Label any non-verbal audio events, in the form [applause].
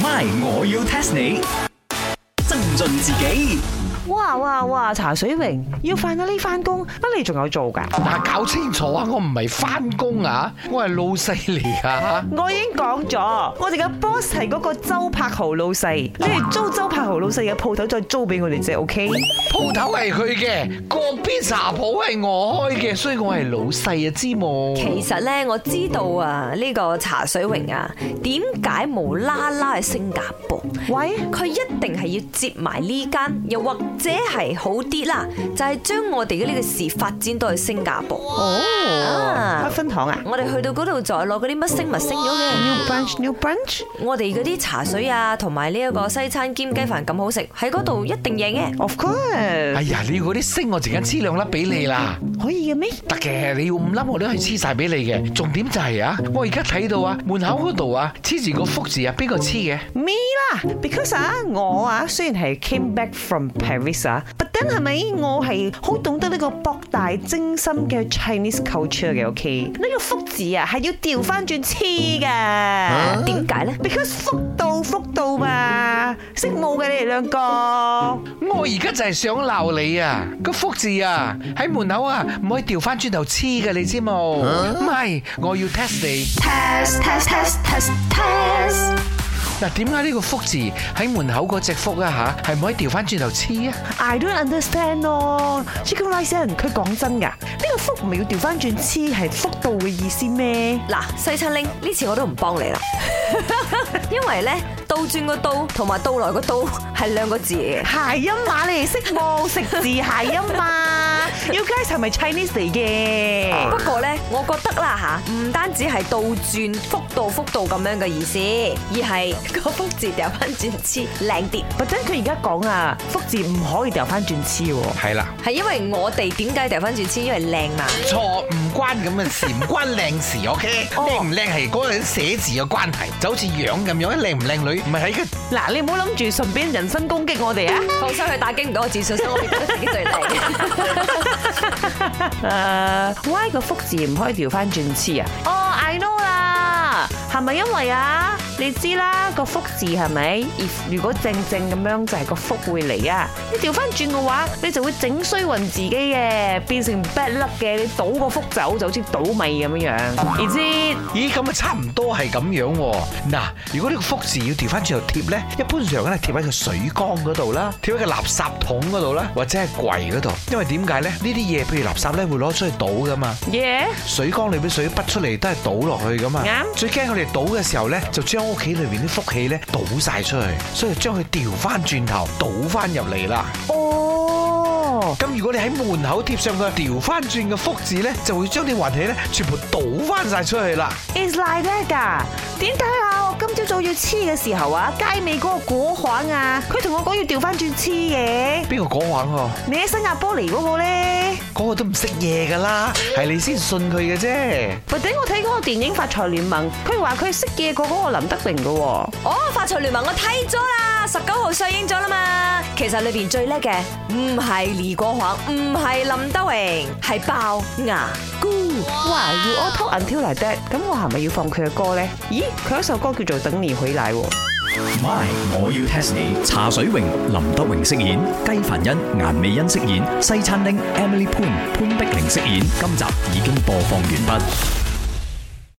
My，我要 test 你。增進自己，哇哇哇！茶水榮要翻到呢翻工，乜你仲有做㗎？嗱，搞清楚啊！我唔係翻工啊，我係老細嚟噶。我已經講咗，我哋嘅 boss 係嗰個周柏豪老細，你哋租周柏豪老細嘅鋪頭再租俾我哋啫，OK？鋪頭係佢嘅，個 pizza 鋪係我開嘅，所以我係老細啊，知冇？其實咧，我知道啊，呢個茶水榮啊，點解無啦啦去新加坡？喂，佢一定係要接埋呢間，又或者係好啲啦，就係將我哋嘅呢個事發展到去新加坡。哦，啊開分堂啊我哋去到嗰度再攞嗰啲乜星物星咗嘅， ？New brunch, new brunch。我哋嗰啲茶水啊，同埋呢一個西餐兼雞飯咁好食，喺嗰度一定贏嘅。 Of 哎 course，呀，你嗰啲星我陣間黐兩粒俾你啦，可以嘅咩？得嘅，你要五粒我都可以黐晒俾你嘅。重點就係啊，我而家睇到啊，門口嗰度啊，黐住個福字啊，邊個黐嘅？ Me 啦，because 啊，我啊雖然係 came back from Paris 啊，but then 係咪我係好懂得呢個博大精深嘅 Chinese culture 嘅？OK，呢個福字啊係要調翻轉黐嘅啊點解呢？ ，because 福到福到嘛，識冇嘅你哋兩個。我而家就係想鬧你啊！個福字啊，喺門口啊，唔可以掉翻轉頭黐嘅，你知冇？唔係，我要 test 你。 test test test test test。嗱，點解呢個福字喺門口嗰隻福啊吓，係唔可以調翻轉頭黐啊？ I don't understand 咯，Chicken Rice 人佢講真㗎，呢個福唔係要調翻轉黐係福到嘅意思咩？嗱，西餐拎呢次我都唔幫你啦， [laughs] 因為呢，倒轉個倒同埋倒來個倒係兩個字嚟嘅。諧音碼你哋識冇？食字諧音 [laughs] 碼，You guys 係咪 Chinese 嚟嘅？不過呢，我覺得啦吓，唔單止係倒轉幅度幅度咁樣嘅意思，而係個福字掉翻轉黐靚啲，或者佢而家講啊，福字唔可以掉翻轉黐喎。係啦，係因為我哋點解掉翻轉黐？因為靚嘛。錯唔關咁嘅事，唔關靚事，OK？靚唔靚係嗰個人寫字嘅關係，就好似樣咁樣，靚唔靚女唔係喺個嗱，你唔好諗住順便人身攻擊我哋啊！放心，佢打擊唔到我自信心，我覺得自己最靚誒、y 呃個福字唔可以調翻轉黐啊？哦、i know 啦，係咪因為啊？你知啦，個福字係咪？if 如果正正咁樣就係個福會嚟啊！你調翻轉嘅話，你就會整衰運自己嘅，變成 bad luck 嘅，你倒個福走就好似倒米咁樣樣，而知。咦，咁啊差唔多係咁樣喎。嗱，如果呢個福字要調翻轉頭貼咧，一般上咧貼喺個水缸嗰度啦，貼喺個垃圾桶嗰度啦，或者係櫃嗰度。因為點解咧？呢啲嘢譬如垃圾咧會攞出去倒噶嘛，耶！水缸裏邊水筆出嚟都係倒落去噶嘛。啱最驚佢哋倒嘅時候咧，就將屋企裏邊啲福氣咧倒晒出去，所以將佢調翻轉頭倒翻入嚟啦。哦，咁如果你喺門口貼上個調翻轉嘅福字咧，就會將啲運氣咧全部倒翻晒出去啦。 is like that 噶。點解啊？我今朝早要黐嘅時候啊，街尾嗰個果行啊，佢同我講要調翻轉黐嘅。邊個講玩喎？你喺新加坡嚟嗰個咧？嗰個都唔識嘢噶啦，係你先信佢嘅啫。或者我睇嗰個電影《發財聯盟》，佢話佢識嘢過嗰個林德榮嘅喎。哦，發財聯盟我睇咗啦，十九號上映咗啦嘛。其實裏邊最叻嘅唔係李國煌，唔係林德榮，係爆牙菇。哇！You all talk until like that，咁我係咪要放佢嘅歌咧？咦，佢有一首歌叫做《等你回來》喎。 My，我要 test 你。茶水榮、林德榮飾演，雞凡欣、顏美欣飾演，西餐廳 Emily Poon 潘碧玲飾演。今集已經播放完畢。